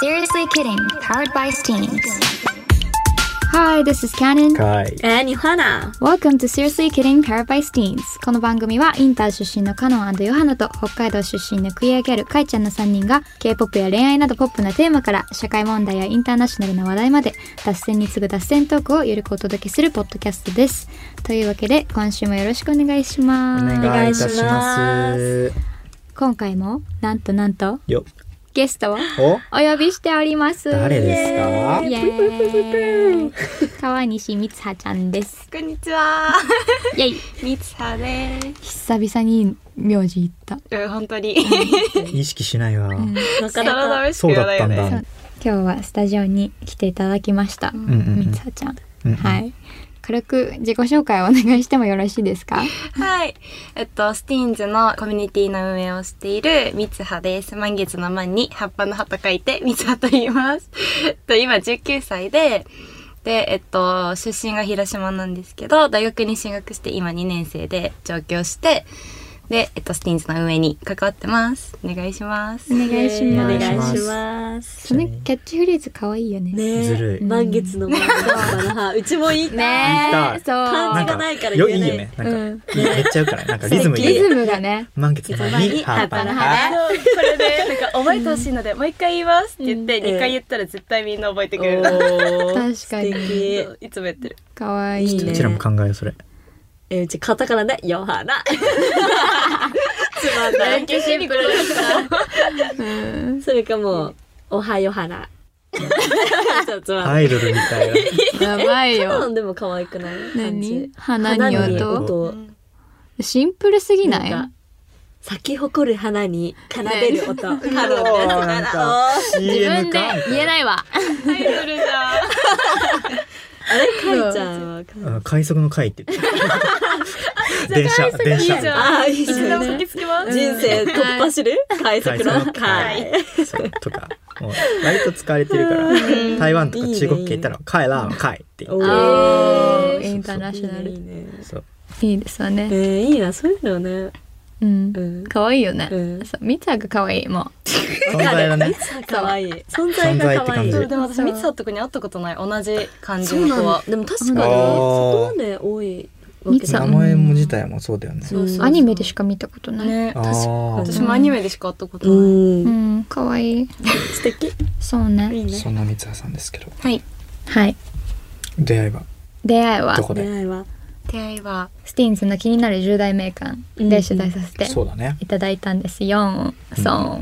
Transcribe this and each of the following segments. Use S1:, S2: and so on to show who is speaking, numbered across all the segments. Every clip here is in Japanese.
S1: Seriously Kidding, powered by Steams. Hi, this is Canon.
S2: はい。
S3: And Johanna.
S1: Welcome to Seriously Kidding, powered by Steams. この番組はインター出身のカノンヨハナと北海道出身のクイアギャルカイちゃんの3人が K-POP や恋愛などポップなテーマから社会問題やインターナショナルな話題まで脱線に次ぐ脱線トークをゆるくお届けするポッドキャストです。というわけで今週もよろしくお願いし
S2: お
S1: ます。
S2: 願いいたし
S3: お
S2: ま
S3: 願い
S2: す。
S1: 今回もなんとなんと
S2: よ。
S1: ゲストをお
S2: お
S1: 呼びしております。
S2: 誰ですか
S1: イエーイ川西光葉ちゃんです。
S3: こんにちは。
S1: イエイ
S3: みつはです。
S1: 久々に名字言った。
S4: うん本当に。
S2: 意識しないわ。
S3: わか
S4: 体の
S3: っ
S4: 美味し
S2: そう
S4: く
S2: だ
S4: な
S2: っ
S4: い
S2: た
S4: よ
S2: ん
S4: ね。
S2: だ。
S1: そう今日はスタジオに来ていただきました。
S2: うんうんうん
S1: 光葉ちゃん。
S2: うんうん
S1: はい。軽く自己紹介をお願いしてもよろしいですか。
S4: はい。えっと、スティーンズのコミュニティの運営をしているみつはです。満月の満に葉っぱの葉と書いてみつはと言います。 えっと、今19歳で、で、えっと、出身が広島なんですけど、大学に進学して今2年生で上京して、で、えっと、スティーンズの運営に関わってます。お願いします。
S1: お願いし
S2: ま
S1: ますす。
S3: お願いします。
S1: そのキャッチフレーズ可愛いよね。
S3: ねえ
S2: ずるい
S3: 満月の満月の葉。うちもい
S1: ね
S3: い。
S2: 言いたい
S1: そう。
S3: 感じがないから言
S2: よ
S3: えない
S2: いいよね。なんか、
S1: うん
S2: めっちゃ合うから、なんかリズムい
S1: リ
S2: い
S1: ズ
S2: よ。
S1: ムがね。
S2: 満月の前に葉っぱの葉。
S4: そうこれで、 なんか覚えてほしいので、もう一回言いますって言って、
S3: うん
S4: 二回言ったら絶対みんな覚えて
S3: お
S4: くれる。
S3: ー
S1: 確かに
S3: 素敵
S4: いつもやってる。
S1: 可愛い
S3: いいね
S2: うちらも考えよう、それ。
S3: えうちカタカナでヨハナ。つまんない。
S4: シンプル
S1: うん
S3: それかもうおはよはな。ちょっとつまんない。
S2: アイドルみたいな。
S1: やばい
S3: カノン
S1: よ。
S3: でも可愛くない感
S1: 何
S3: じ？
S1: 花に
S2: 花に
S1: 音
S2: 音
S1: シンプルすぎない
S3: んか咲き誇る花に奏でる音。カノン です
S2: おーなんか、
S1: 自分
S2: CM
S1: で
S2: か。
S1: 言えないわ。
S4: アイドルじゃん。
S3: あれかいちゃんはかい
S2: うん快速の回って言って電車、電
S4: いいじ
S2: 車。
S4: ゃん。
S3: あーいいです
S4: みんな
S3: よ
S4: も
S3: ね
S4: 気付きます。
S3: 人生突破する快速の快
S2: そうとか、もう割と使われてるから、台湾とか中国系行ったら、カイラーのカイって言って
S3: お。
S1: あ
S3: ー
S1: ーインターナショナル。
S3: いいね
S2: そう
S1: いいですよ
S3: え
S1: ね。
S3: ー、いいなそういうのね
S1: うん
S3: う。ん
S1: 可愛いよね。
S3: うん
S1: そう、みつあが可愛い、もう。
S2: 存在だね。
S3: 可愛い存在が可
S2: 存在
S3: 愛い
S2: って感じ
S4: そうでも私ミツさんとこに会ったことない同じ感じの子は。
S3: でも確かにそ
S1: あー
S3: こはね多いわけ
S1: ミツさ
S2: 名
S1: ん
S2: 前も自体もそうだよね。
S3: そうそう
S1: アニメでしか見たことない。
S4: ね。
S2: あー
S3: 確
S4: 私もアニメでしか会ったこと
S3: う
S4: ない。
S1: うんん、可愛い。
S3: 素敵
S1: そうね。
S3: いいね
S2: そんな三葉さんですけど、
S4: はい。
S1: はい。
S2: 出会いは
S1: 出会いは
S2: ど、こ
S3: 恋
S2: で？
S3: 愛は
S4: 出会いは
S1: スティーンズの気になる重大名鑑で取材させて
S2: そうだね。
S1: いただいたんですよ。そう。
S3: わ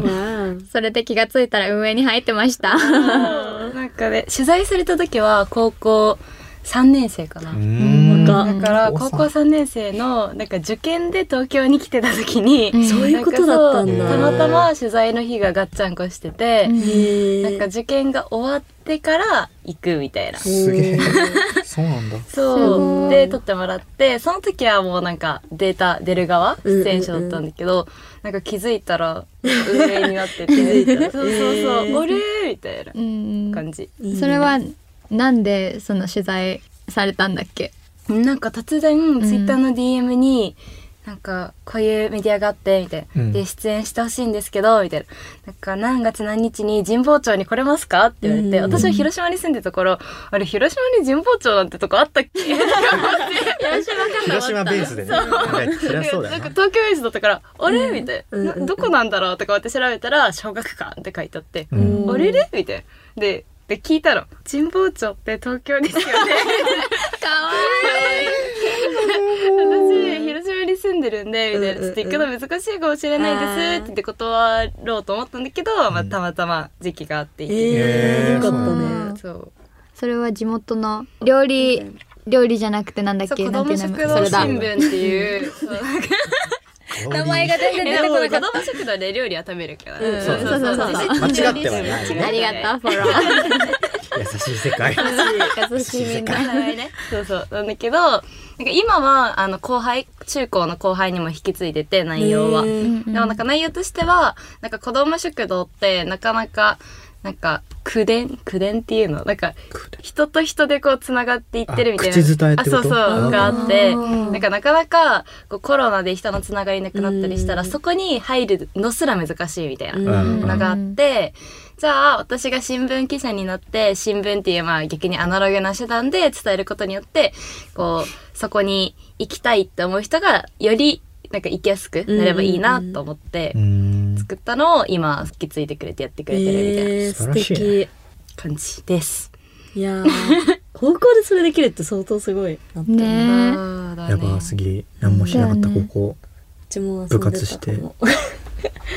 S1: それで気がついたら運営に入ってました。
S4: なんかね取材された時は高校三年生かな。
S2: うーん。
S3: わ
S4: だから
S2: うん
S4: 高校3年生のなんか受験で東京に来てた時に、
S1: うん
S3: そういうことだったん
S4: な
S3: だ
S4: かそうたまたま取材の日がガッチャンコしてて、
S1: うん
S3: ーへ
S4: なんか
S3: ー
S4: 受験が終わってから行くみたいな。
S2: すげえ。そうなんだ。
S1: す
S4: そ
S1: ごいう
S4: で撮ってもらってその時はもうなんかデータ出る側
S3: うんうんうん
S4: 出演者だったんだけど、なんか気づい たら運営になっててそうそうそう、あれーみたいな
S1: うん。
S4: 感じ、
S1: それはなんでその取材されたんだっけ？
S4: なんか突然ツイッターの DM に、なんかこういうメディアがあってみたいな、
S2: うん
S4: で出演してほしいんですけどみたいななんか何月何日に神保町に来れますかって言われて、
S3: うん
S4: 私は広島に住んでた頃あれ広島に神保町なんてとこあったっけ
S2: 広島ベースでね。なんかそりゃそうだ
S4: な
S2: よ
S4: んか
S2: な。
S4: 東京エースだったから、あれみたいな、
S3: うん
S4: などこなんだろうとかって調べたら、小学館って書いてあって、
S2: うん
S4: あれれみたいな。で、で聞いたの。神保町って東京ですよね。
S1: 可愛い。
S4: 私、広島に住んでるんで、みた
S3: う
S4: いな。
S3: ん
S4: ち
S3: うんう
S4: ょ
S3: ん
S4: っと行くの難しいかもしれないですって言って断ろうと思ったんだけど、まあ、たまたま時期があって行って
S3: えーよかった
S1: え
S3: ね
S1: ー
S4: そう。
S1: それは地元の料理料理じゃなくてなんだっ
S4: そう
S1: け
S4: 子
S1: なんていう
S4: 供
S1: 名
S4: 食
S1: 前
S4: 堂
S1: それだ
S4: 新聞っていう。そう
S1: 名前が全然出
S4: で
S1: て
S4: も
S1: こなか
S4: 子
S1: っ
S4: 供食堂で料理は食べるから。
S3: うん
S2: そう
S1: そうそうそう
S2: 間違ってはない
S1: た。あり
S4: ね
S1: がとうフォロー。
S2: 優しい世界。
S1: 優しいみんな。
S4: そうそうなんだけどなんか今はあの後輩中高の後輩にも引き継いでて内容は。
S3: へー
S1: うんうん
S4: でもなんか内容としてはなんか子ども食堂ってなかなかなんか口伝口伝っていうのなんか人と人でこうつながっていってるみたいな
S2: あ口伝えってこと
S4: あそう
S2: あ
S4: そ
S2: ー
S4: うがあって
S1: うん
S4: なんかなかなかこうコロナで人のつながりなくなったりしたら
S3: うん
S4: そこに入るのすら難しいみたいな
S3: うん
S2: うん
S4: のがあって、じゃあ私が新聞記者になって新聞っていうまあ逆にアナログな手段で伝えることによってこうそこに行きたいって思う人がよりなんか行きやすくなればいいなと思って
S2: うん
S4: 作ったのを今引き継いでくれてやってくれてるみたいな
S3: えー、
S2: 素晴
S3: 素
S2: らしいね
S3: 敵。
S4: 感じです。
S3: いやー高校でそれできるって相当すごいなって思う。
S1: ねえ
S4: そうだね
S2: やばすぎ何もしなかった
S1: だよ
S2: 高
S1: ね
S2: 校、
S3: うちも遊んでた
S2: 部活して
S3: かも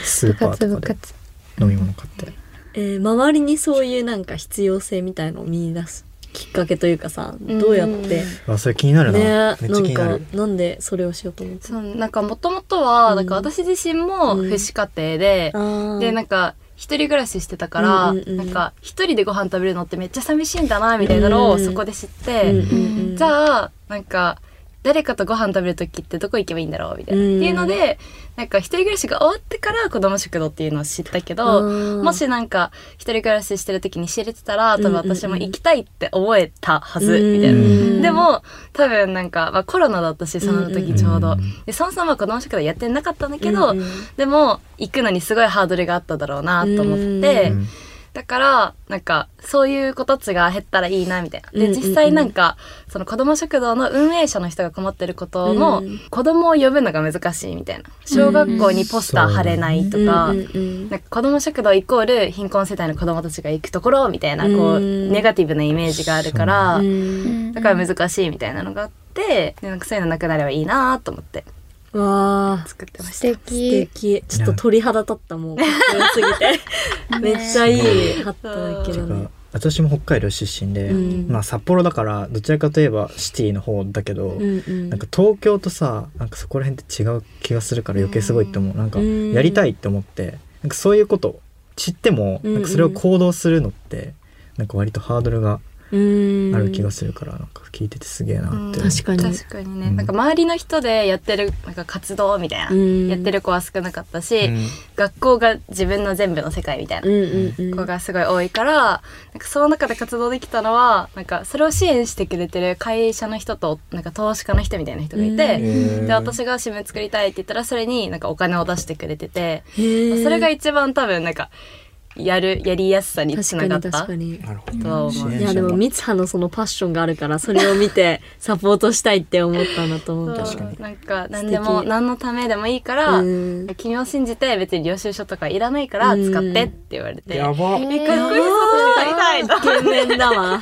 S2: スーパー
S1: 活
S2: と
S1: 部
S2: かで
S1: 活
S2: 飲み物買って
S3: えー周りにそういうなんか必要性みたいのを見出すきっかけというかさ、
S4: ん
S3: どうやって。
S2: あそれ気になるな、
S3: ね
S2: めっ
S3: な
S2: ちゃ気
S3: ん
S2: にな
S3: か
S2: る、
S3: なんでそれをしようと思った
S4: そうなんかもともとは、
S3: うん
S4: なんか私自身も
S3: うん
S4: 不死家庭で、
S3: の
S4: でなんか一人暮らししてたから、
S3: うんうんうん
S4: なんか一人でご飯食べるのってめっちゃ寂しいんだなみたいなの
S3: う
S4: を
S3: んうん
S4: そこで知っ
S3: う
S4: て、
S3: んうんうん
S4: じゃあなんか誰かとご飯食べる時ってどこ行けばいいんだろうみたいな、
S3: うん
S4: っていうのでなんか一人暮らしが終わってから子ども食堂っていうのを知ったけ
S3: あ
S4: ど、
S3: ー
S4: もしなんか一人暮らししてる時に知れてたら多分私も行きたいって思えたはず、みたいな。
S3: うん
S4: でも多分なんか、まあ、コロナだったしその時ちょうど、
S2: うん
S4: でそもそも子ども食堂やってなかったんだけど、
S3: うんうん
S4: でも行くのにすごいハードルがあっただろうなと思って、
S3: う
S2: うん
S4: だからなんかそういう子たちが減ったらいいなみたいな。で
S3: うんうんうん
S4: 実際なんかその子ども食堂の運営者の人が困ってることも、
S3: うん
S4: 子どもを呼ぶのが難しいみたいな小学校にポスター貼れないとか。
S3: うんうん
S4: なんか子ども食堂イコール貧困世帯の子どもたちが行くところみたいなこ
S3: う
S4: うんネガティブなイメージがあるから、
S3: うん
S4: だから難しいみたいなのがあって、でなんかそういうのなくなればいいなと思って
S3: うんわあ
S4: 作ってまし
S1: 素
S4: た。
S3: 素
S1: 敵
S3: 敵ちょっと鳥肌立った もうかっこよすぎてめっちゃいいハットだけ
S2: て
S3: ど
S2: か
S3: ね
S2: 私も北海道出身で、
S3: うん
S2: まあ札幌だからどちらかといえばシティの方だけど、
S3: うんうん
S2: なんか東京とさなんかそこら辺って違う気がするから余計すごいって思う、なんか
S3: うん
S2: やりたいって思ってなんかそういうこと知っても
S3: うんうん
S2: なんかそれを行動するのってなんか割とハードルが
S3: うん
S2: ある気がするから、なんか聞いててすげえなって思う、
S4: うん
S3: 確かに
S4: 確かにね、
S2: うん
S4: なんか周りの人でやってるなんか活動みたいな、
S3: うん
S4: やってる子は少なかったし、
S2: うん
S4: 学校が自分の全部の世界みたいな
S3: うんうんうん
S4: 子がすごい多いから、なんかその中で活動できたのはなんかそれを支援してくれてる会社の人となんか投資家の人みたいな人がいて、
S2: へ
S4: で
S2: ー
S4: 私が新聞作りたいって言ったらそれになんかお金を出してくれてて、
S3: へー
S4: それが一番多分なんかやるやりやすさにつながった
S3: 確かに確か
S2: なるほ
S4: とは
S2: ど
S4: 思う
S2: 支
S3: に
S2: 援
S3: いや
S2: 者
S3: でも
S2: も
S3: ミツハのそのパッションがあるからそれを見 てサポートしたいって思ったんだと思うけど
S2: 確かに
S4: なんか何でも何のためでもいいから、
S3: うん
S4: 君を信じて別に領収書とかいらないから使ってって言われて、
S2: やば
S4: えかっこいい卒になりたいと
S3: イケメンだわ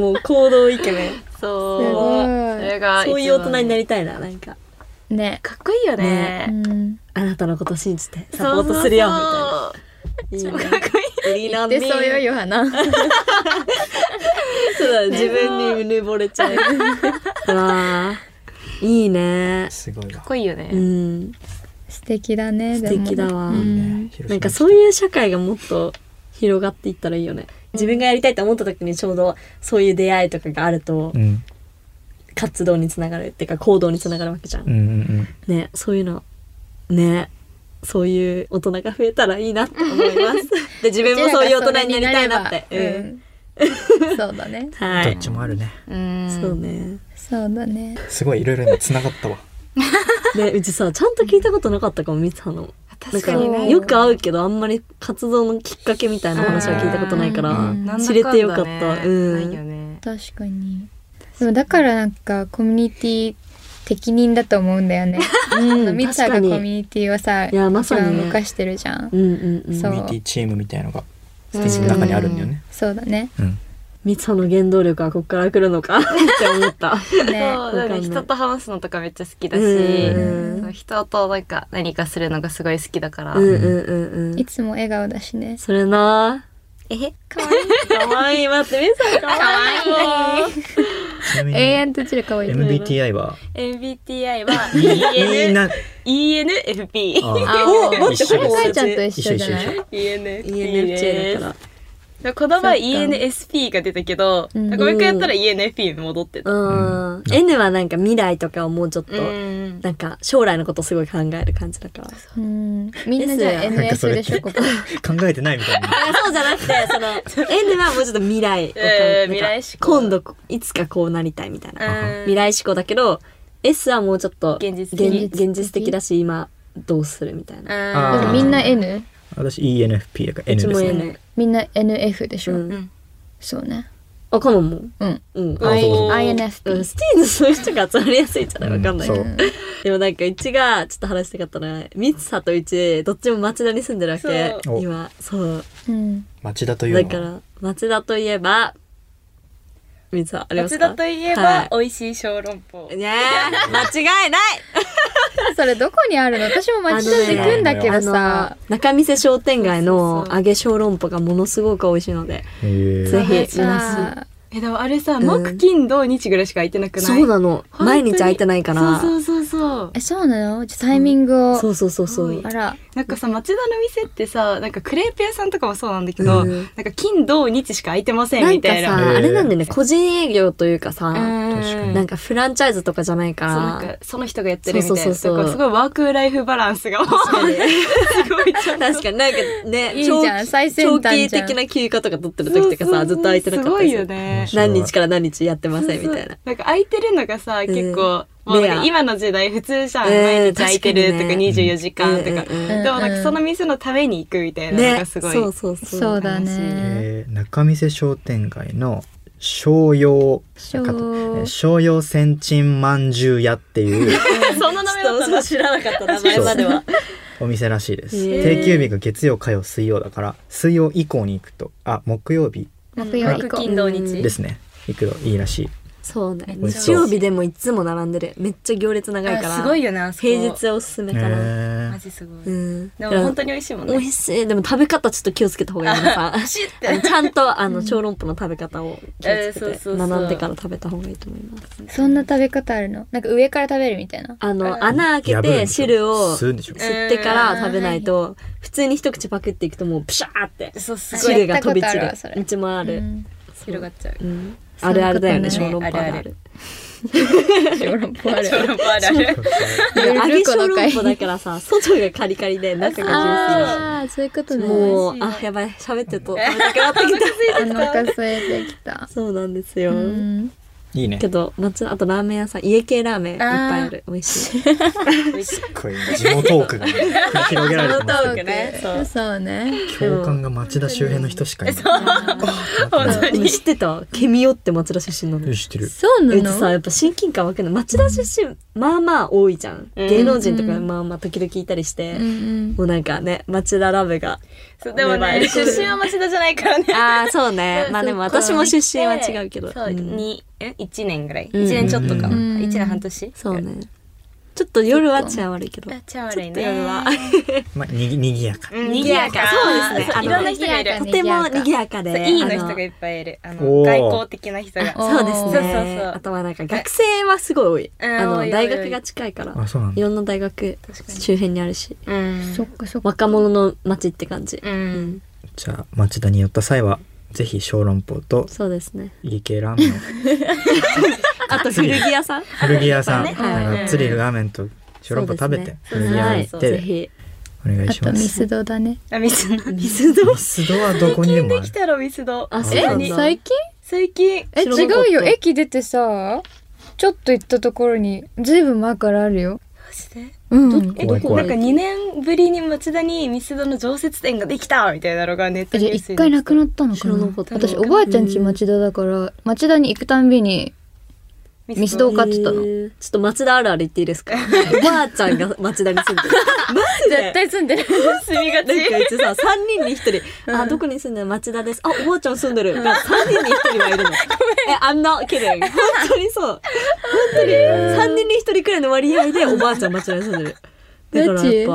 S3: もう行動イケメン
S1: す
S4: そ
S1: ご
S4: う
S1: い
S4: それが
S3: そういう大人にな
S4: り
S3: りたいななんか
S1: ね
S4: かっこいいよ
S1: う
S4: ね
S1: ん
S3: あなたのこと信じてサポートするよみたいないいね
S4: たいなかっこい
S3: 売
S4: い
S3: りなん
S1: で
S3: で
S1: そうよヨハナ
S3: そうだね自分にうぬぼれち ゃうわあいいね
S2: すごい
S4: か
S2: わ
S4: っこいいよね、
S3: うん
S1: 素敵だね
S3: 素敵だわ、
S1: でもうん
S3: なんかそう
S2: う
S3: いう社会がもっと広がっていったらいいよね自分がやりたいと思った時にちょうどそういう出会いとかがあると
S2: うん
S3: 活動につながるっていうか行動につながるわけじゃ
S2: うん
S3: ん、
S2: うんうん
S3: ねそういうのねそういう大人が増えたらいいなって思いますで自分もそういう大人になりたいなってうん
S1: うんそうだね
S3: は
S2: どっ
S3: い
S2: ちもあるね
S4: うん
S3: そうね
S1: そうだね
S2: すごいいろいろ今繋がったわ
S3: ねうちさちゃんと聞いたことなかったかもみつはの
S4: 確かに
S3: なん
S4: ね
S3: よく会うけどあんまり活動のきっかけみたいな話は聞いたことないか
S1: う
S3: ら
S1: ん
S4: なんだかんだね
S3: 知れてよかったう
S4: ないよ
S3: ん
S4: ね
S1: 確かにでもだからなんかコミュニティ適任だと思うんだよねあの
S3: うん
S1: ミツハが
S3: 確か
S1: コ
S3: に
S1: ミュニティはさ
S3: いやまさに
S1: 一
S3: ね
S1: 番動かしてるじゃん
S3: うんうんうん
S1: そう
S2: ミーティーチームみたいのがステージの中にあるんだよね
S1: そうだね
S2: うん
S3: ミツハの原動力はここから来るのか って思った。
S1: ね
S4: そう
S3: ね
S4: だ
S3: わかんな
S4: ね
S3: い
S4: 人と話すのとかめっちゃ好きだし、
S3: うん
S4: そう人となんか何かするのがすごい好きだから、
S3: うんうんうんう
S1: い
S3: ん。
S1: つも笑顔だしね
S3: それな。
S4: えへ
S1: かわいい
S3: かわいい待ってミツハかわいい。
S2: ちなみに
S1: 永遠とちらかわいい
S2: MBTI は
S4: MBTI は
S2: みん
S4: EN
S2: な
S4: ENFP
S2: あ
S3: お
S1: お
S2: 一緒です
S1: かいちゃんと一
S2: 一緒
S1: 緒じ
S2: 一緒
S1: ゃない
S2: 一緒
S3: ENFJ だから。
S4: らこの前
S1: そっか
S4: ENSP が出たけど、
S1: うん
S4: なんかもう一回やったら ENFP に戻ってた、
S3: うん。N はなんか未来とかをもうちょっと、
S4: うん
S3: なんか将来のことすごい考える感じだから。
S1: うんみんなじゃあ
S3: S
S2: なんかそ
S1: NS
S2: れ
S1: で
S2: っ
S1: しょ
S2: て
S1: こ
S2: 考
S1: こ
S2: えてないみたいな
S3: あそうじゃなくて、その、N はもうちょっと未来を考
S4: えー
S3: なんか
S4: 未来志向
S3: 今度、いつかこうなりたいみたいな。
S4: うん
S3: 未来志向だけど、S はもうちょっと
S4: 現実的
S3: 現現実的だし、今、どうするみたいな。
S4: うん
S2: あー
S1: でもみんな N
S2: 私 ENFP だから
S3: う
S2: N
S3: ち
S2: で
S3: も
S2: す
S3: ええ
S2: ね。
S3: ね。
S1: みんな NF でし
S3: う
S1: ょ、
S3: ん。
S1: そうね
S3: あ、かもも。
S1: うん
S3: うん。
S2: あそうそう
S1: INFP
S3: うん、スティーンズそういう人が集まりやすいんじゃないわかんない、
S2: うんそう
S3: でもなんかうちがちょっと話したかったな三サとうちどっちも町田に住んでるわけ
S2: そう
S3: 今そう
S1: うん
S2: 町田というのは
S3: だから町田といえば三サあります
S4: 夏
S3: か
S4: だといえ
S3: は
S4: ば、美味しい小籠包。
S3: いねえ間違いない
S1: それどこにあるの私も町田に行くんだけどさ
S3: あの中見世商店街
S4: そう
S3: の
S4: そうそう
S3: 揚げ小籠包がものすごく美味しいので
S2: へー
S3: ぜひ
S1: あれ
S3: 皆さん
S1: さ
S4: え、でもあれさ、
S3: ん
S4: 木金土日ぐらいしか空いてなくない
S3: そうなの
S4: 本当
S3: 毎
S4: に
S3: 日空いてないから
S4: そうそうそうそう。
S1: えそうなのじゃあタイミングを、
S3: そうそうそうそう
S1: あら
S4: なんかさ、町田の店ってさ、なんかクレープ屋さんとかもそうなんだけど、
S3: うん
S4: なんか金土日しか空いてません
S3: なん
S4: み
S3: か
S4: たいな。
S2: へ
S3: さ
S2: ー
S3: あれなんだよね個人営業というかさ、
S4: うん
S2: 確かに
S3: なんかフランチャイズとかじゃないか
S4: そう
S3: ら
S4: なんかその人がやってるみたいな
S3: そうそうそうそう
S4: だからすごいワークライフバランスがすごいちゃんと
S3: 確かになんかね
S1: いいじゃん
S3: 長
S1: 最先
S3: 長
S1: 端
S3: 期
S1: じゃん
S3: 的な休暇とか取ってる時とかさずっと空いてなかったりす
S4: すごいよ
S3: る
S4: ね
S3: 何日から何日やってませんみた
S4: そう
S3: い
S4: そ
S3: な
S4: う。なんか空いてるのがさ、結構もうなん
S3: レ
S4: か
S3: ア
S4: 今の時代普通じゃん、
S3: うん
S4: 毎日空いてると
S3: 確
S4: か
S3: かにね
S4: 24時間とか、
S3: うんうん
S1: うん
S4: でもなんかその店のために行くみたいなの
S3: ね、
S4: がすごい、
S3: そうそうそう。
S1: そうだね
S2: えー仲見世商店街の商用
S1: 商
S2: なんかえー商用千珍まんじゅう屋って いう
S4: そんな名前
S3: ち
S4: だ
S3: ょっ
S4: っ
S3: と
S4: たん
S3: そ
S4: だ
S3: う知らなかった名前までは。
S2: お店らしいです、
S3: へー
S2: 定休日が月曜火曜水曜だから水曜以降に行くとあ木曜日
S1: 木曜以
S4: 木
S1: 降
S4: 金土日、
S3: うん
S2: ですね行くといいらしい
S3: そうね。
S2: 美味し
S3: 日
S2: そう
S3: 曜日でもいつも並んでる。めっちゃ行列長いから。
S4: あすごいよねあそこ
S3: 平日はおすすめかな。
S2: へ
S4: マ
S2: ー
S4: ジすごい、
S3: うん。
S4: でも本当
S3: に。
S4: に美味しいもん
S3: 美
S4: ね
S3: 味しい。でも食べ方ちょっと気をつけた方がいいのさ。
S4: シュッ
S3: あの
S4: て
S3: ちゃんとあの小籠包の食べ方を気を
S4: えー
S3: つ
S4: そう
S3: け
S4: そ
S3: て
S4: うそう
S3: 学んでから食べた方がいいと思います。
S1: そんな食べ方あるのなんか上から食べるみたいな
S3: あ
S4: う
S3: の
S4: ん
S3: 穴開け
S2: 破るん
S3: て
S2: でしょ
S3: 汁を
S2: 吸うんで しょ
S3: 吸ってから食べないと普通に一口パクっていくともうプシャーって
S4: そうすごい
S3: 汁が飛び
S1: やっ
S3: 散
S1: たことあるわそれ
S3: る道もあ
S1: う
S3: る、
S1: ん
S4: 広がっちゃう
S3: うん
S1: そ
S3: あ
S1: ういうことね
S3: るあるだよね
S1: ね
S3: 小籠包あるあ
S4: ある
S3: る
S1: 小籠包ある
S4: 小籠包あるある
S1: ゆる
S3: 揚
S1: る
S3: げ
S1: こ
S3: 小
S1: の
S3: 籠
S1: 会
S3: 包だからさ外がカリカリで中が
S1: ああそういうこと
S3: ジューシー
S1: ね
S3: でも
S4: 美
S3: う
S4: 味しい
S3: あやばい喋ってると食べたくなってき た
S1: あのお腹空いてきた
S3: そうなんですよ、
S1: うん
S2: いいね
S3: けど夏あとラーメン屋さん家系ラーメンいっぱいある美味しい
S2: こういう地元トーク がね繰り広げられてますけ
S3: ねそう
S1: そうね
S2: ど共感が町田周辺の人しかいない
S4: 本当
S3: でも
S4: に
S3: 知ってたケミオって町田出身なの
S2: うん知ってる
S1: そうな
S3: えっとさ
S1: の
S3: やっぱ親近感わけない町田出身まあまあ多いじゃん、
S4: うん
S3: 芸能人とかまあまあ時々いたりして、
S1: うんうん
S3: もうなんかね町田ラブが
S4: そうでもね出身は町田じゃないからね
S3: ああそうねまあでも私も出身は
S4: で
S3: 違うけど
S4: そう、
S3: ん
S4: にえ1年ぐらい
S3: うん
S4: 1年ちょっとか、
S2: うん
S4: 一1年半年
S3: そうねちょっと夜は治安悪いけど
S4: あちゃ悪いね
S3: ちょっと夜は
S2: まあにぎにぎやか
S4: うん賑やか
S3: そうですね
S4: そういろんな人がいる
S1: あ
S3: と
S1: の
S3: ても賑やか
S4: そう
S3: で
S4: いいの人がいっぱいいるあの外交的な人が
S1: お
S3: あのそ
S1: そ
S3: うで
S1: うそう
S3: すね
S4: そう
S3: あとはなんか学生はすごい多い
S4: うん
S3: あ
S4: 多
S3: の
S4: い
S3: 大学が近いから
S2: あそうなん
S3: い
S2: だ
S3: ろんな大学周辺にあるし
S4: うん
S1: そっかそっか
S3: 若者の街って感じ、
S4: うん
S2: じゃあ町田に寄った際はぜひ小籠包と
S3: そうですね
S2: 家系ラー メンを
S3: あと古着屋さん
S2: 古着屋さん、
S4: そうね
S2: なん
S4: は
S2: か
S4: い
S2: 釣りラーメンと小籠包食べて、古着屋行っ
S3: はい、ぜ
S2: て
S3: ひ
S2: お願い
S1: あ
S2: し
S1: と
S2: ま
S1: ミ
S2: す。
S1: スドだね
S4: あミスド
S3: ミスド
S2: ミスドはどこにでもあ
S4: 来
S2: る。
S4: たろミスド
S3: あそう
S1: え
S3: なんだ
S1: 最近
S4: 最近
S1: え
S3: 知らなかっ
S1: 違
S3: た
S1: うよ駅出てさちょっと行ったところにずいぶん前からあるよ
S4: マジで
S1: うん
S4: え
S2: 怖い怖
S4: ないんか2年ぶりに町田にミスドの常設店ができたみたいなのがネット
S1: えじ
S4: ニ
S1: ゃ
S4: ュ
S1: あ
S4: ース
S1: 一
S4: に
S1: 回なくなったの
S3: 知
S1: からな
S3: なかった
S1: 私おばあちゃんち町田だから町田に行くたんびにミスドを買ってたの
S3: えーちょっと町田あるある言っていいですかおばあちゃんが町田に住んで る。マジで
S1: 対住ん でる
S4: 住みがち
S3: なんかうちさ、3人に1人、あ、どこに住んでる町田です。あ、おばあちゃん住んでる。が3人に1人はいるの。え、あんな、キレイ。本当にそう。3人に1人くらいの割合でおばあちゃん町田に住んでる。だからやっぱ、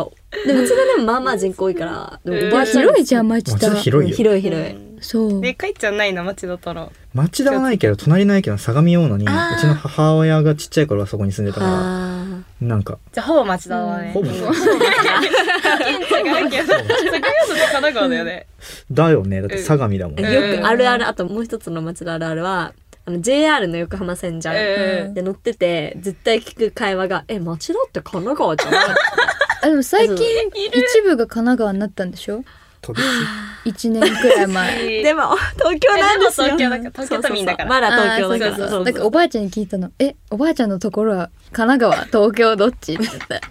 S3: 町田でもまあまあ人口多いから、でもおばあちゃん。
S1: 広いじゃん町
S2: 町
S1: 田
S2: 田広いよ。
S3: 広い広い。
S1: そう
S4: で帰っちゃんないな町田たら
S2: 町田はないけど、隣の駅の相模大野に、うちの母親がちっちゃい頃はそこに住んでたか
S3: あー
S2: ら、なんか、
S4: じゃあほぼ町田だね
S2: ほぼ、
S4: 県違うけどそこ要素で神奈川だよね
S2: だよね。だって相模だもん。
S4: うん
S3: よくあるある、あともう一つの町田あるあるは、あの JR の横浜線じゃん。
S4: うん
S3: で乗ってて、絶対聞く会話が、え、町田って神奈川じゃん。
S1: あでも最近一部が神奈川になったんでしょ
S2: 飛び
S1: 一年くらい 前
S3: でも、東京なんですよ。
S4: でも東京だから東京都民だから
S3: そうそうそうまだ東京だ
S1: あー
S3: か
S1: そうそう
S3: ら。
S1: そうだからお
S3: ば
S1: ばあちゃんに聞いたの「えおばあちゃんのところは神奈川東京どっち?」って言って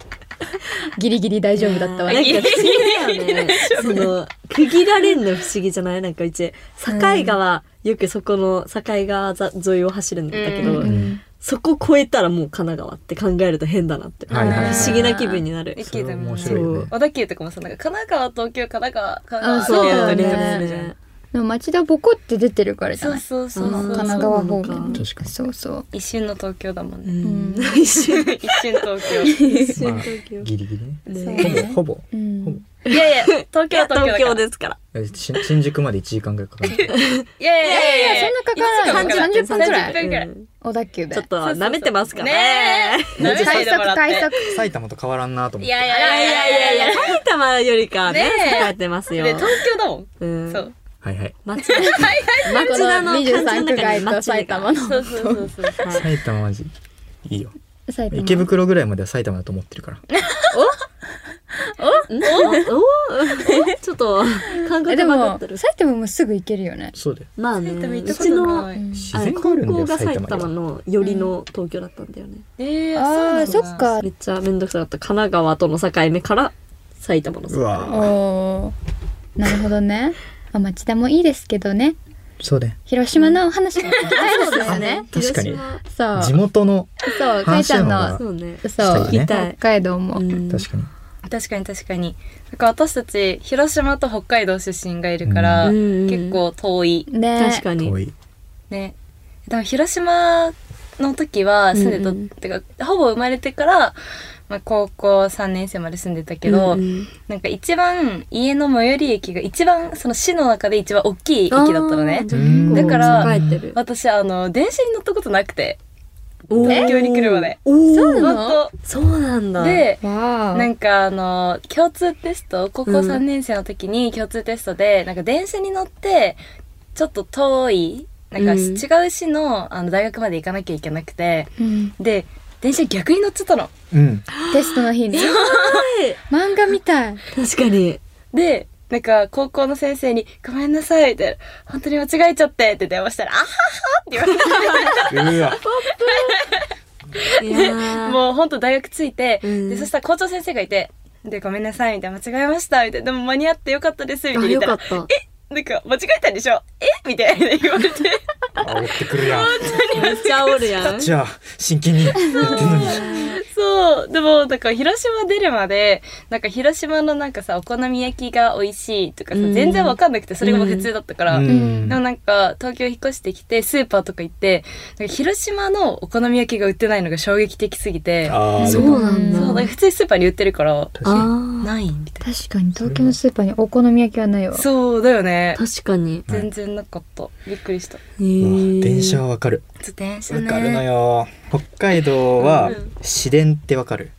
S1: ギリギリ大丈夫だったわ。
S3: なん
S1: ね
S3: か不思議だよね。その、区切られんの不思議じゃないなんかうち、境川、よくそこの境川沿いを走るんだけど、
S1: うんうん
S3: そこ越えたらもう神奈川って考えると変だなって。
S2: はいはいはい
S3: 不思議な気分になる。
S4: 駅でも
S2: 面白いよね
S4: 小田急とかもさなんか神奈川東京神奈川神
S1: あ
S4: 奈
S1: そうだよね
S4: 川みたいな
S1: だ
S4: やつあるじゃん
S3: ね。
S1: でも町田ボコって出てるからじゃ
S4: そ
S1: な
S4: う
S1: い
S4: そうそ
S1: あ
S4: う
S1: の
S4: そう
S1: 神奈川方
S3: そうな
S1: 面
S3: のか
S2: 確かに
S1: そうそう
S4: 一瞬の東京だもん
S3: う
S4: ね、
S3: ん。
S1: うん
S3: 一瞬、
S4: 一瞬東京
S3: 一瞬
S2: まあ
S3: 東京。
S2: ギリギ リね
S4: そう
S1: ね
S2: ほぼほ
S1: う
S2: ほ
S1: ん
S4: いやいや東
S3: い
S4: 京
S3: や
S4: は東京だから
S3: 東京ですから。
S2: ぼし新宿まで1時間ぐらいかか る
S4: いやいやい
S1: いや
S4: や
S1: そんなかからない
S4: いつか
S1: 30分
S4: か
S1: くら
S4: 30分
S1: い
S4: ぐらい
S3: うん
S1: 小田急で
S3: ちょっと舐めてますから
S4: ね
S3: ね。
S4: え舐めない
S1: 快
S4: でもら
S1: 速
S4: って
S1: 快速
S2: 埼玉と変わらんなと思っ
S4: い
S2: て
S4: やい
S3: い
S4: や
S3: や
S4: い
S3: いやい
S4: やいや
S3: や
S4: い
S3: い
S4: や
S3: や、埼玉よりかはね、
S4: ねえ
S3: 栄えてますよ
S4: で。東京だもん、
S3: うん
S4: そう
S2: はいはい
S3: 町田 町田の
S1: この23区
S3: 街
S1: 外
S3: の中
S1: と
S3: に
S1: 埼玉の
S4: そうそうそうそう
S3: はい
S2: 埼玉マジいいよ
S1: 埼玉
S2: 池袋ぐらいまでは埼玉だと思ってるから
S3: おおちょっと感
S1: え
S3: 覚
S1: で
S3: 分か
S1: も
S3: ってる。
S1: 埼玉もすぐ行けるよね
S2: そうだよ
S3: まあね、
S4: 埼玉行っ
S3: う
S4: たこ
S3: ち
S4: とがな
S3: の
S4: い
S1: うん
S2: 自
S3: あの
S2: 然があるんだ
S3: 高校
S2: よ
S3: が
S2: 埼玉
S3: 埼玉
S2: には
S3: の寄りの東京だったんだよね。
S4: えー
S1: あー
S4: そ
S1: そう
S4: なん
S1: っ
S4: だ
S1: か
S3: めっちゃめんどくさかった。神奈川との境目から埼玉の境
S2: うわ
S1: おーなるほどねまあ町田もいいですけどね
S2: そうだよ
S1: 広島のお話も聞きたいですよね
S2: 確かに
S3: 広島
S1: そう
S2: 地元の
S1: そうかいちゃんの
S2: 話
S3: そうね。
S1: そう
S2: したいね
S1: 北海道も、
S3: うん
S2: 確かに
S4: 確かに確かになんか私たち広島と北海道出身がいるから、
S3: うんうんうん
S4: 結構遠い
S1: ね
S3: 確かに
S2: 遠。い
S4: ねでも広島の時は住んでた、
S3: うんうん
S4: てかほぼ生まれてから、まあ、高校3年生まで住んでたけど、
S3: うんうん
S4: なんか一番家の最寄り駅が一番その市の中で一番大きい駅だったのね
S3: あーじゃあ結構
S4: だから
S3: 栄えてる
S4: 私あの電車に乗ったことなくて東京に来るまで
S3: おー
S1: そうなの
S4: 本
S3: そうなん
S4: 当
S3: だ。
S4: で
S1: わあ
S4: なんかあの共通テスト高校
S3: うん
S4: 3年生の時に共通テストで、なんか電車に乗ってちょっと遠いなんか
S3: うん
S4: 違う市のあの大学まで行かなきゃいけなくて
S1: うん
S4: で電車逆に乗っちゃったの。
S2: うん
S1: テストの日に漫画みたい
S3: 確かに。
S4: でなんか高校の先生に「ごめんなさい」みたいな「本当に間違えちゃって」って電話したら「あはは」って言われて
S2: うわ
S3: いやー
S4: もう本当大学着いて、
S3: うん
S4: でそしたら校長先生がいて「でごめんなさい」みたいな「間違えました」みたいな「でも間に合ってよかったです」みたい
S3: あ
S4: な言
S3: よ
S4: った
S3: からっ
S4: 「
S3: た。
S4: なんか間違えたんでしょえみたいな言われて。
S2: 煽ってくるやん
S3: めっちゃおるやん。
S2: じゃあ真剣にやってんのに
S4: そうでもなんか広島出るまでなんか広島のなんかさお好み焼きが美味しいとかさ、
S3: うん
S4: 全然わかんなくてそれがもう普通だったから、
S2: うん
S4: でもなんか東京引っ越してきてスーパーとか行ってなんか広島のお好み焼きが売ってないのが衝撃的すぎて
S2: あーで
S3: そ
S2: も
S3: うなん
S4: そうだから
S3: だ。
S4: 普通にスーパーに売ってるから
S2: 確か
S3: ああ。
S4: ないみたい
S1: 確かに東京のスーパーにお好み焼きはないわ
S4: なそうだよね
S3: 確かに。
S2: はい
S4: 全然なかったびっくりした
S3: へ
S2: にうわ
S3: ー
S2: 電車はわかる
S4: 自転車
S2: わ
S4: ね
S2: かるのよ北海道は
S4: うん
S2: 市電ってわかる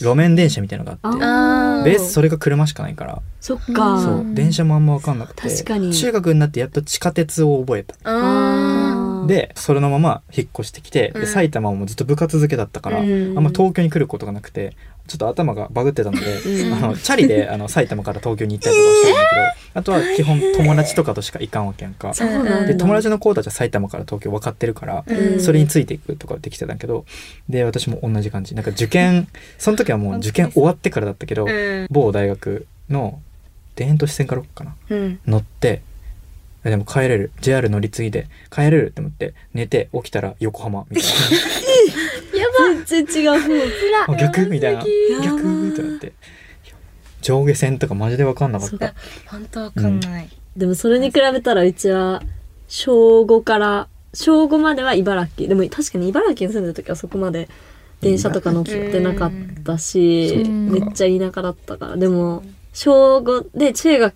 S2: 路面電車みたいなのがあって
S3: あー
S2: ベースそれが車しかないから
S3: そっ
S1: あ
S3: か。
S1: ー
S2: そう電車もあんま分かんなくて
S3: 確かに
S2: 中学になってやっと地下鉄を覚えた
S4: あ
S3: あー、
S2: でそれのまま引っ越してきて、
S4: うん
S2: で埼玉もずっと部活続けだったから、
S4: う
S2: あん
S3: ん
S2: ま東京に来ることがなくてちょっと頭がバグってたので、
S3: うん
S2: あのチャリであの埼玉から東京に行ったりとかしてるんだけど、あとは基本友達とかとしか行かんわけやんか。
S3: そうなんだ。
S2: で友達の子たちは埼玉から東京分かってるから、
S4: うん
S2: それについていくとかできてたんだけどで私も同じ感じなんか受験その時はもう受験終わってからだったけど、
S4: うん
S2: 某大学の田園都市線かロかな
S4: うん
S2: 乗ってあでも帰れる JR 乗り継いで帰れるって思って寝て起きたら横浜みたい
S3: 全然違う方。
S2: なあ逆みたいな
S3: やば
S2: 逆ってなって上下線とかマジで分かんなかっ
S3: そう
S2: た
S3: か
S4: 本当わかんない、
S3: でもそれに比べたらうちは小5から小5までは茨城でも確かに茨城に住んでた時はそこまで電車とか乗ってなかったし
S1: うん
S3: めっちゃ田舎だったからでも小5で中学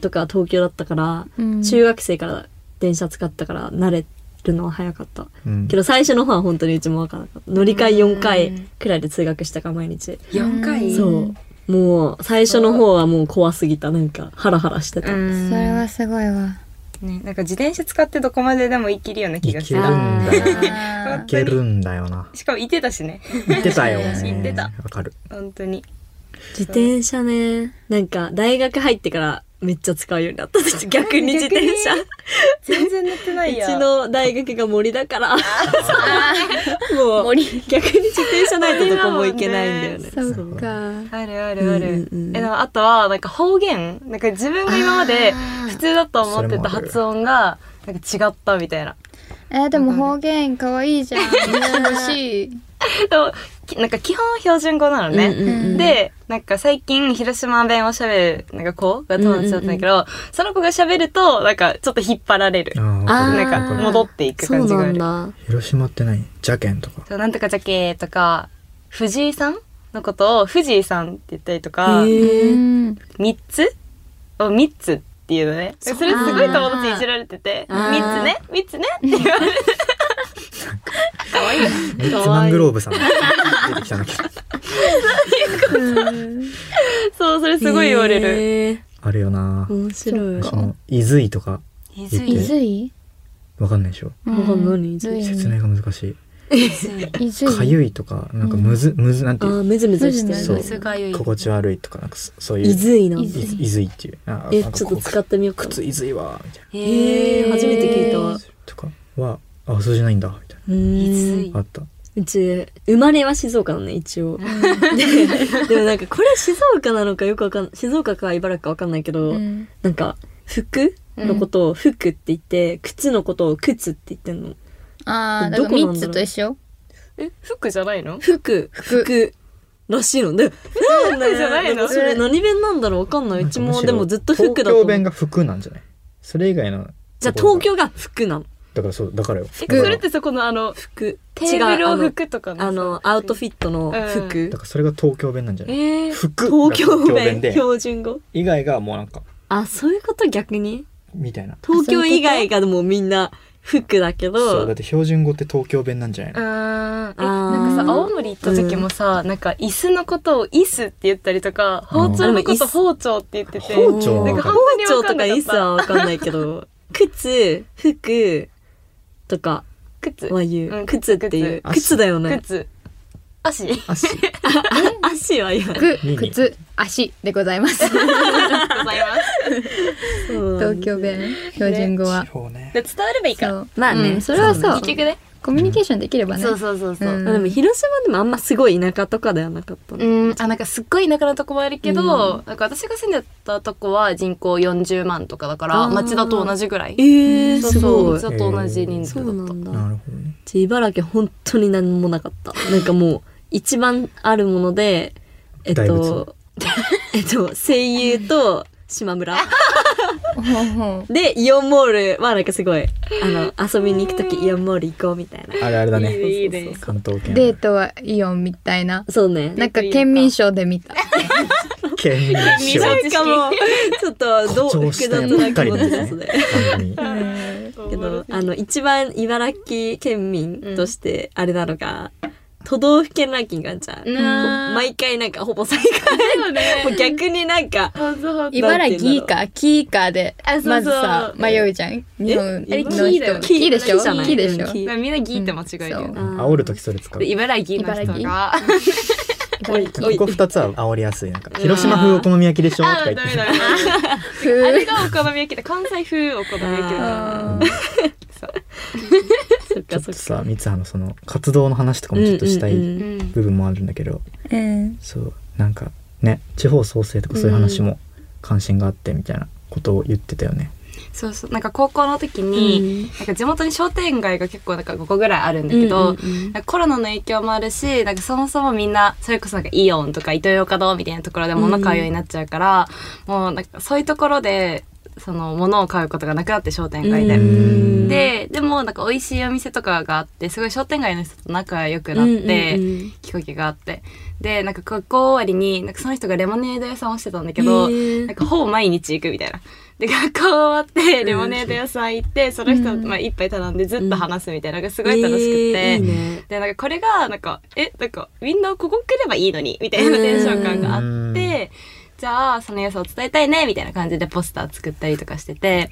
S3: とか東京だったから、
S1: うん
S3: 中学生から電車使ったから慣れるのは早かった
S2: うん
S3: けど最初の方は本当にうちも分からなかった乗り換え4
S4: う
S3: 回
S4: ん
S3: くらいで通学したから毎日
S4: 4回
S3: そうもう最初の方はもう怖すぎたなんかハラハラしてた、
S4: ん
S1: それはすごいわ
S4: ね、なんか自転車使ってどこまででも行けるような気がする
S2: 行。けるんだよ
S1: あ
S2: いけるんだよな
S4: しかもいてた しね。
S2: 言ってたよね
S4: 言ってた
S2: わかる
S4: 本当に。
S3: 自転車ねなんか大学入ってからめっちゃ使うようになった私逆に自転車
S4: 全然乗ってな
S3: う
S4: いや
S3: ちの大学が森だからもう
S5: 森
S3: 逆に自転車ないとどこも行けないんだよね
S1: そっか。
S4: あるあるある。
S3: うんうんうん
S4: え、でもあとは、なんか方言。なんか自分が今まで普通だと思ってた発音が、なんか違ったみたいな。
S5: えーでも方言可愛いじゃん。楽しい。
S4: でもきなんか基本標準語なのね。
S3: うんうんうん
S4: で、なんか最近広島弁を喋る、なんか子が友達だったんだけど、その子が喋ると、なんかちょっと引っ張られる。
S3: あー
S4: なんか戻っていく
S3: そう
S4: 感じがあ
S3: な
S4: る。
S3: ん
S4: そう
S3: だ
S2: 広島って何ジャケンとか。
S4: なんとかじゃけーとか、藤井さんのことを藤井さんって言ったりとか、
S3: へえ
S5: うん
S4: 三つを三つっていうのね。そ
S3: そう
S4: れすごい友達いじられてて、
S3: あー
S4: 三つね、三つねって言われて。可愛い
S2: ミッツマングローブさん。出てきたんだけど。
S4: そう、それすごい言われる。
S3: る
S2: あるよな
S3: 面白い
S2: 私も、伊豆井とか、
S4: 伊
S2: 豆
S5: 伊
S2: 井
S5: 豆井
S2: わかんないでしょ。
S5: う
S3: わかんない
S5: 類
S3: 何
S2: 説明が難しい。
S5: 伊
S2: か
S5: 豆井
S2: ゆいとか、なんかむず、むず、なんて
S3: あ
S2: いう
S3: ーむずむずしてる
S2: そう
S4: すがゆい。
S2: 心地悪いとか、なんかそそういう。
S3: 伊豆いな
S5: 伊豆
S2: い伊豆井っていう。あ
S3: え
S2: なんか
S3: ちょっ
S2: ことう
S3: 使ってみようかな
S2: 靴伊豆井は、みたいな。
S3: えー初めて聞いたわ
S2: とかは、あ、そうじゃないんだ、みたいう
S3: ーん
S2: な。あった。
S3: うち生まれは静岡なのね一応 ででもなんかこれ静岡なのかよくわかん静岡か茨城かわかんないけど、
S5: うん
S3: なんか服のことを服って言って、靴のことを靴って言ってんの
S5: あーだ
S3: ど
S5: か
S3: こ
S5: ら
S3: なんだ
S5: 三
S3: ろう
S5: つと一緒
S4: え、服じゃないの
S3: 服服らしいのでなんだよ
S4: じゃないの
S3: んかそれ何弁なんだろうわかんな
S2: な
S3: い
S2: ん
S3: う
S2: か
S3: ち
S2: むし
S3: も
S2: ろ
S3: でもずっと服だ
S2: 東
S3: と
S2: 京
S3: 思う
S2: 弁が服なんじゃないそれ以外の。
S3: じゃあ東。京が服なの
S2: だからそう、だからよ。だ
S4: え、
S2: から
S4: それってそこのあの、
S3: 服
S4: テーブルを
S3: 違う
S4: 拭くとか
S3: あのあのアウトフィットの服、
S2: だからそれが東京弁なんじゃない
S4: えー、
S2: 服
S3: 東京
S2: が
S3: 弁
S2: で
S3: 標準語
S2: 以外がもうなんか
S3: あそういうこと逆に
S2: みたいな
S3: 東京以外がもうみんな服だけ
S2: そう
S3: ど
S2: だって標準語って東京弁なんじゃないの
S4: あーえ
S3: あー
S4: なんかさ青森行った時もさ、なんか椅子のことを椅子って言ったりとか包丁のことを包丁って言ってて、
S2: 包丁
S4: なん
S2: わ
S4: か
S2: か
S4: 本
S2: る
S4: 当に
S3: 包丁
S4: 分か
S3: とか
S4: んなかっ
S3: 椅子
S4: た
S3: はわかんないけど靴服とか
S4: 靴
S3: は言う、
S4: うん
S3: 靴っていう
S2: 靴
S3: 靴だよね
S4: 靴 足ご
S2: 足
S3: あ 足は言わない
S5: く
S2: 耳
S5: 靴足でございます
S4: ざいます
S5: 東京弁標準語は
S2: 地方ね
S4: で伝わればいいか
S5: そ
S4: ら
S5: う
S3: まあね
S5: うんそれはそう
S4: 結局ね
S5: コミュニケーションできればね
S4: そうそうそうそう
S5: うん
S3: まあでも広島でもあんますごい田舎とかではなかったの
S4: うんあなんかすっごい田舎のとこもあるけど、
S3: う
S4: なんか私が住んでたとこは人口40万とかだから
S3: あー
S4: 町田と同じぐらい
S3: えー、
S4: そう
S3: す
S4: そう
S3: ごい
S4: 町田と同じ人数
S3: そ
S4: だっ
S3: うな
S4: た
S3: んだ
S2: なるほどね
S3: うち茨城本当に何もなかったなんかもう一番あるものでえっ
S2: 大仏
S3: と えっと声優と島村
S5: ほうほ
S3: でイオンモールはなんかすごいあの遊びに行く時イオンモール行こうみたいな
S2: あれあれだね
S3: いいねいいね
S2: 関東
S5: う
S2: 圏
S5: デートはイオンみたいな
S3: そうね
S5: なんか県民賞で見た
S2: 県民
S4: 民
S2: 賞
S4: 賞
S3: なんかもうちょっとどう
S2: 誇張
S3: 複
S2: し
S3: 雑
S2: た
S3: な
S2: ばっか
S3: 気
S2: り
S3: 持
S2: で
S3: ち
S2: で
S3: ですすね
S2: ね 番組
S3: けどあの一番茨城県民としてあれなのが、都道府県ランキングあるじゃん、
S4: うん
S3: 毎回なんかほぼ最下位
S4: そうね
S3: もう逆になんか
S5: 茨城かキーかで
S4: あそうそう
S5: まずさ迷うじゃん日本
S4: えあれキ
S5: の
S4: ーだよ
S5: 人キーでしょ
S3: キーじゃない
S5: キーでしょ
S3: うんキー
S4: みんなギーって間違えるよ
S5: うん
S4: ね
S5: そ
S2: 煽る時それ使う
S4: で茨城の人が
S5: 茨城
S2: ここ二つは煽りやすいなんか広島風お好み焼きでしょと
S4: あ
S2: か
S4: ー
S2: 言
S4: ダ
S2: っ
S4: メ
S2: て
S4: ダメダメ
S5: 風
S4: あれがお好み焼きで関西風お好み焼きだ
S5: あ
S2: ちょっ
S3: そっかそ
S2: と
S3: っか
S2: さ三葉のその活動の話とかもちょっとしたい
S3: うんうんう
S2: 部
S3: ん
S4: うん
S2: 分もあるんだけど
S5: ーうん
S2: そうなんかね地方創生とかそういう話も関心があってみたいなことを言ってたよね
S4: そうそうなんか高校の時に、なんか地元に商店街が結構なんか5個ぐらいあるんだけど、
S3: うんうんうん
S4: なんかコロナの影響もあるしなんかそもそもみんなそれこそなんかイオンとかイトーヨーカドーみたいなところで物買うようになっちゃうから、もうなんかそういうところでその物を買うことがなくなって商店街で。
S2: うん
S4: ででもなんか美味しいお店とかがあってすごい商店街の人と仲良くなって、
S3: うんうんうん
S4: きっかけがあってでなんか学校終わりになんかその人がレモネード屋さんをしてたんだけど、
S3: へー
S4: なんかほぼ毎日行くみたいな。で学校終わってレモネード屋さん行ってその人、まあ、一杯頼んでずっと話すみたいなのがすごい楽しくて。
S3: えーいいね
S4: でなんかこれがなんかえなんかみんなここ来ればいいのにみたいなテンション感があってじゃあその良さを伝えたいねみたいな感じでポスター作ったりとかしてて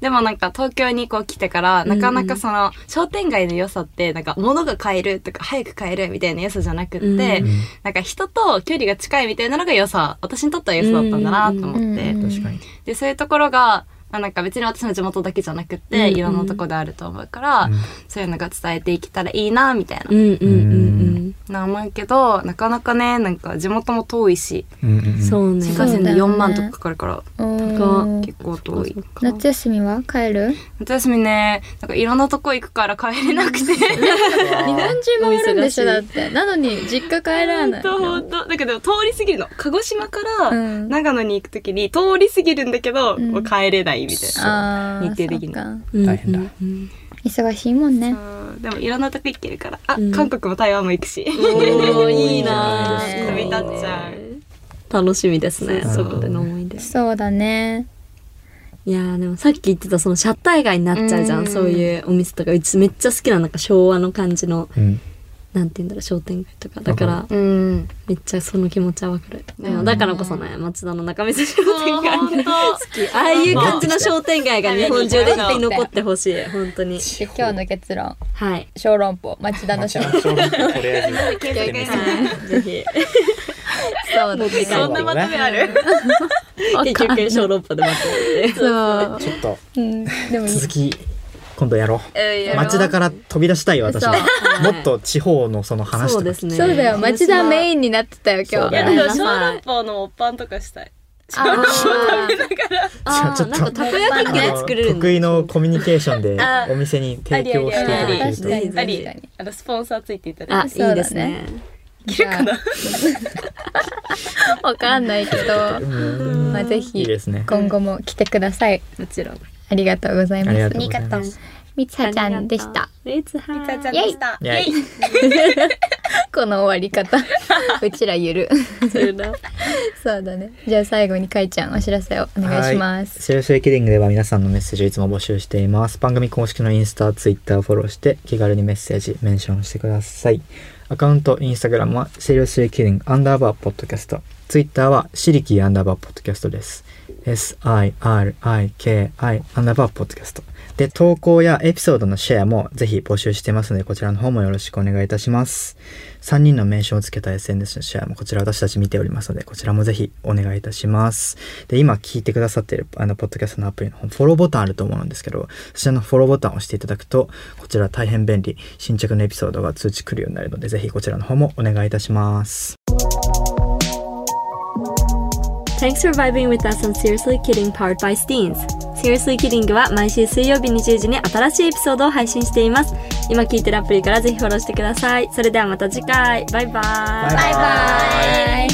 S4: でもなんか東京にこう来てから、なかなかその商店街の良さって、なんか物が買えるとか早く買えるみたいな良さじゃなくって、
S3: うんうん
S4: なんか人と距離が近いみたいなのが良さ、私にとっては良さだったんだなと思って、
S1: うん
S2: 確かに。
S4: で、そういうところが、まあなんか別に私の地元だけじゃなくって、
S3: うん
S4: いろんなとこであると思うから、
S2: うん
S4: そういうのが伝えていけたらいいな、みたいな。
S3: うんうんうん
S4: な思うけど、なかなかね、なんか地元も遠いし、
S2: うんうんう
S3: うん。
S2: ん
S3: そうね。
S4: 新幹線で
S1: そうだよね
S4: 4万とかかかるから、
S1: うん
S4: 結構遠いかな。
S1: 夏休みは帰る
S4: 夏休みね、なんかいろんなとこ行くから帰れなくて。
S1: 日本中回るんでしょだってなのに実家帰ら ない
S4: ほんとほんとだけど通り過ぎるの。鹿児島から
S1: うん
S4: 長野に行くときに通り過ぎるんだけど、
S1: うん
S4: もう帰れないみたいな。
S1: あー
S4: 日程的に
S1: そっか
S3: うん
S2: 大変だ
S3: うんうん
S1: 忙しいもんね
S4: うんでもいろんなとこ行けるから、あ、
S3: うん
S4: 韓国も台湾も行くし。
S3: おーいい
S1: な
S3: な
S1: あ
S4: 飛び立っちゃう。
S3: 楽しみですね。
S2: そ
S3: そうこでの思い出。
S1: そうだね
S3: いやーでもさっき言ってたそのシャッター街になっちゃうじゃん。
S4: うん
S3: そういうお店とか、うちめっちゃ好きななんか昭和の感じの、
S2: うん
S3: なんて言うんだろう、商店街とか。だから、
S4: うん。
S3: めっちゃその気持ちはわかる。
S4: うん
S3: うんだからこそね、町田の中見世商店
S4: あ
S3: 街。
S4: 本当
S3: ああいう感じの商店街が日本中で残ってほしい。本当に。
S1: で今日の結論
S3: はい。
S1: 小籠包町田の
S2: 町
S1: 小
S2: の小籠包とりあえず行ってみて
S3: ぜひ。
S1: そうだね
S4: そんなまとめある
S3: 結局、小籠包で待ってるんで。
S1: そう
S2: ちょっと
S1: うんでも
S2: 続き今度やろう。町田
S4: だ
S2: から飛び出したい私は
S1: そ
S2: もっと地方のその話
S3: そ
S2: と
S3: う
S2: か
S3: ですね。
S1: そうだよ町田メインになってたよ今
S2: そう
S1: 日
S4: いや
S2: だ
S4: で
S2: よ
S4: も小籠包のおっぱんとかしたい。
S1: あ
S3: あ
S2: じゃ
S3: ー
S2: あちょっ
S3: な
S2: と
S3: んかたこ焼き
S2: あ
S3: 器
S2: の
S3: 作れるんだ
S2: 得意のコミュニケーションでお店に提供していただけ
S1: 確
S2: ると
S1: かに
S3: ぜひぜ
S4: あ
S1: ひ
S4: り、あのスポンサーついていただい
S3: あ、
S1: そうだね
S3: いいですね。
S1: じゃあわかんないけど
S2: うん
S1: まあぜ
S2: いい
S1: ひ
S2: ですね。
S1: 今後も来てください
S4: て。もちろん。
S1: ありがとうござい
S2: あ
S1: ま
S2: りが
S1: す
S2: とうございます。
S1: みつはちゃんでした
S3: レッツハ
S4: みた
S3: ー
S4: ちゃん
S1: イ
S4: で
S1: エイ
S4: した。
S2: イエイ
S1: この終わり 方うちらゆるそうだねじゃあ最後にかいちゃんお知らせをお願いします
S2: セルフエキリングでは皆さんのメッセージをいつも募集しています。番組公式のインスタ、ツイッターフォローして気軽にメッセージ、メンションしてください。アカウント、インスタグラムはセルフエキリングアンダーバーポッドキャスト。ツイッターはシリキーアンダーバーポッドキャストです。SIRIKI アンダーバーポッドキャスト。で、投稿やエピソードのシェアもぜひ募集してますので、こちらの方もよろしくお願いいたします。3人のメンションをつけた SNS のシェアもこちら私たち見ておりますので、こちらもぜひお願いいたします。で、今聞いてくださっている、あの、ポッドキャストのアプリのフォローボタンあると思うんですけど、そちらのフォローボタンを押していただくと、こちら大変便利、新着のエピソードが通知来るようになるので、ぜひこちらの方もお願いいたします。
S3: Thanks for vibing with us on Seriously Kidding powered by Steens. Seriously Kidding は毎週水曜日20時に新しいエピソードを配信しています。今聞いてるアプリからぜひフォローしてください。それではまた次回。バイバイ。
S1: バイバイ